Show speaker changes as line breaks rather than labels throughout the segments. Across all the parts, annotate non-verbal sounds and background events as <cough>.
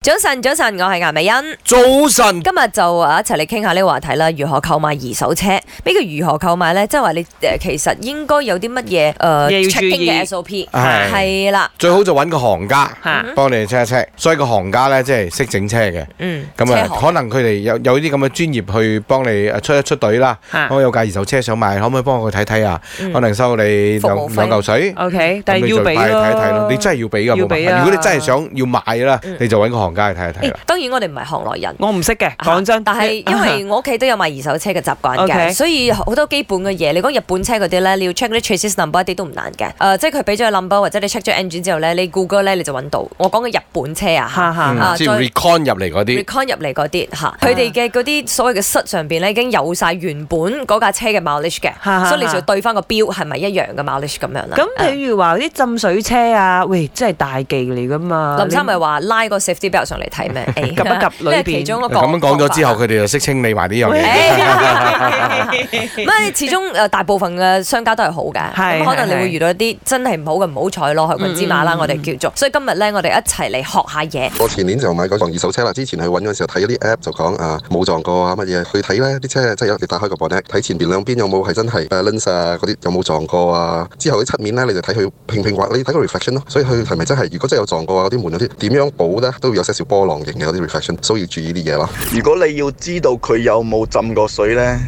早晨，早晨，我係顏美欣。
嗯
早晨，
今日就啊一齊嚟傾下呢個話題啦，如何購買二手車？咩叫如何購買呢？即係話你誒其實應該有啲乜嘢誒
嘢要注
check
意
嘅 SOP
係
係啦，
最好就揾個行家
吓
幫你哋 check 一 check，所以個行家呢，即係識整車嘅。
嗯，
咁
車
啊，
行
可能佢哋有有啲咁嘅專業去幫你呃出一出隊啦。
吓
我有架二手車想買，可唔可以幫我去睇睇啊？
嗯
可能收你
服務
兩
費
兩嚿水，
，OK，
咁
但係
你
要
就
俾
帶去睇一睇
咯，
咯。你真係要俾噶，
要
冇辦
俾
法。
啊
如果你真係想要買啦
嗯，
你就揾個行家去睇一睇
誒
啦。
當然我哋唔係行內人。
我唔識嘅，講真，
但係因
<laughs>
為我屋企都有買二手車嘅習慣嘅，
OK
所以好多基本嘅嘢，你講日本車嗰啲咧，你要 check 嗰啲 chassis number 一啲都唔難嘅。誒、呃即係佢俾咗個 number 或者你 check 咗 engine 之後咧，你 Google 咧你就揾到。我講嘅日本車啊嚇
嚇嚇
嗯
啊
即
再
係 recon 入嚟嗰啲。
recon 入嚟嗰啲嚇，佢哋嘅嗰啲所謂嘅室上邊咧已經有晒原本嗰架車嘅 mileage 嘅，
嚇嚇
所以你就要對翻個標係咪一樣嘅 mileage 咁樣啦。
啊
啊
咁譬如話啲浸水車啊，喂，真係大忌嚟噶嘛。
林生咪話拉個 safety belt 上嚟睇咩？及
及一及裏邊
其中一個
咁樣講咗之後，
方法
佢哋就識清理埋呢樣
喂
嘢。
<laughs>
<laughs> 唔係，始終誒大部分嘅商家都係好嘅，
係
咁可能你
係
會遇到一啲真係唔好嘅唔好彩咯，害群之馬啦，
嗯嗯
我哋叫做。所以今日咧，我哋一齊嚟學下嘢。
我前年就買嗰個二手車啦，之前去揾嗰陣時候睇嗰啲 app 就講啊冇撞過啊乜嘢，去睇呢啲車即係有你打開個 bonnet 睇前邊兩邊有冇係真係誒 lens 啊嗰啲有冇撞過啊，之後啲側面呢，你就睇佢平平滑，你睇個 reflection 咯，所以佢係咪真係如果真係有撞過啊嗰啲門嗰啲點樣補呢？都會有些少波浪形嘅嗰啲 reflection，所以要注意呢啲嘢咯。
如果你要知道佢有冇浸過水呢，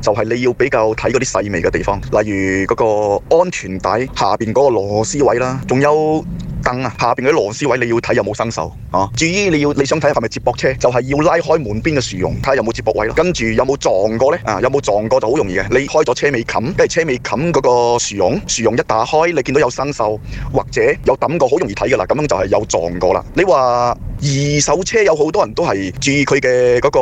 就係、你要比較睇嗰啲細微嘅地方，例如嗰個安全帶下邊嗰個螺絲位啦，仲有凳啊下邊嗰啲螺絲位你要睇有冇生鏽啊。至於你要你想睇係咪接駁車，就係、要拉開門邊嘅樹蓉睇下有冇接駁位咯，跟住有冇撞過呢？啊，有冇撞過就好容易嘅，你開咗車尾冚，跟住車尾冚嗰個樹蓉，樹蓉一打開你見到有生鏽或者有抌過，好容易睇㗎啦，咁樣就係有撞過啦。你話？二手車有好多人都係注意佢嘅嗰個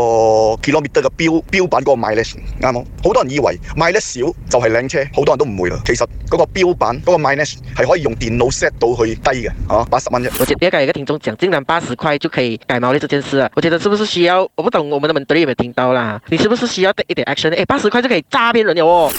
kilometer 嘅標標版嗰個 mileage，啱冇？好多人以為 mileage 少就係靚車，好多人都唔會啦。其實嗰個標版嗰個 mileage 係可以用電腦 set 到去低嘅，啊八十蚊啫。
我姐要改一个听众讲，竟然八十块就可以改毛利这件事了，我觉得是不是需要？我不懂我们的门队有没有听到啦？你是不是需要 take 一点 action？诶，八十块就可以诈骗人了哦。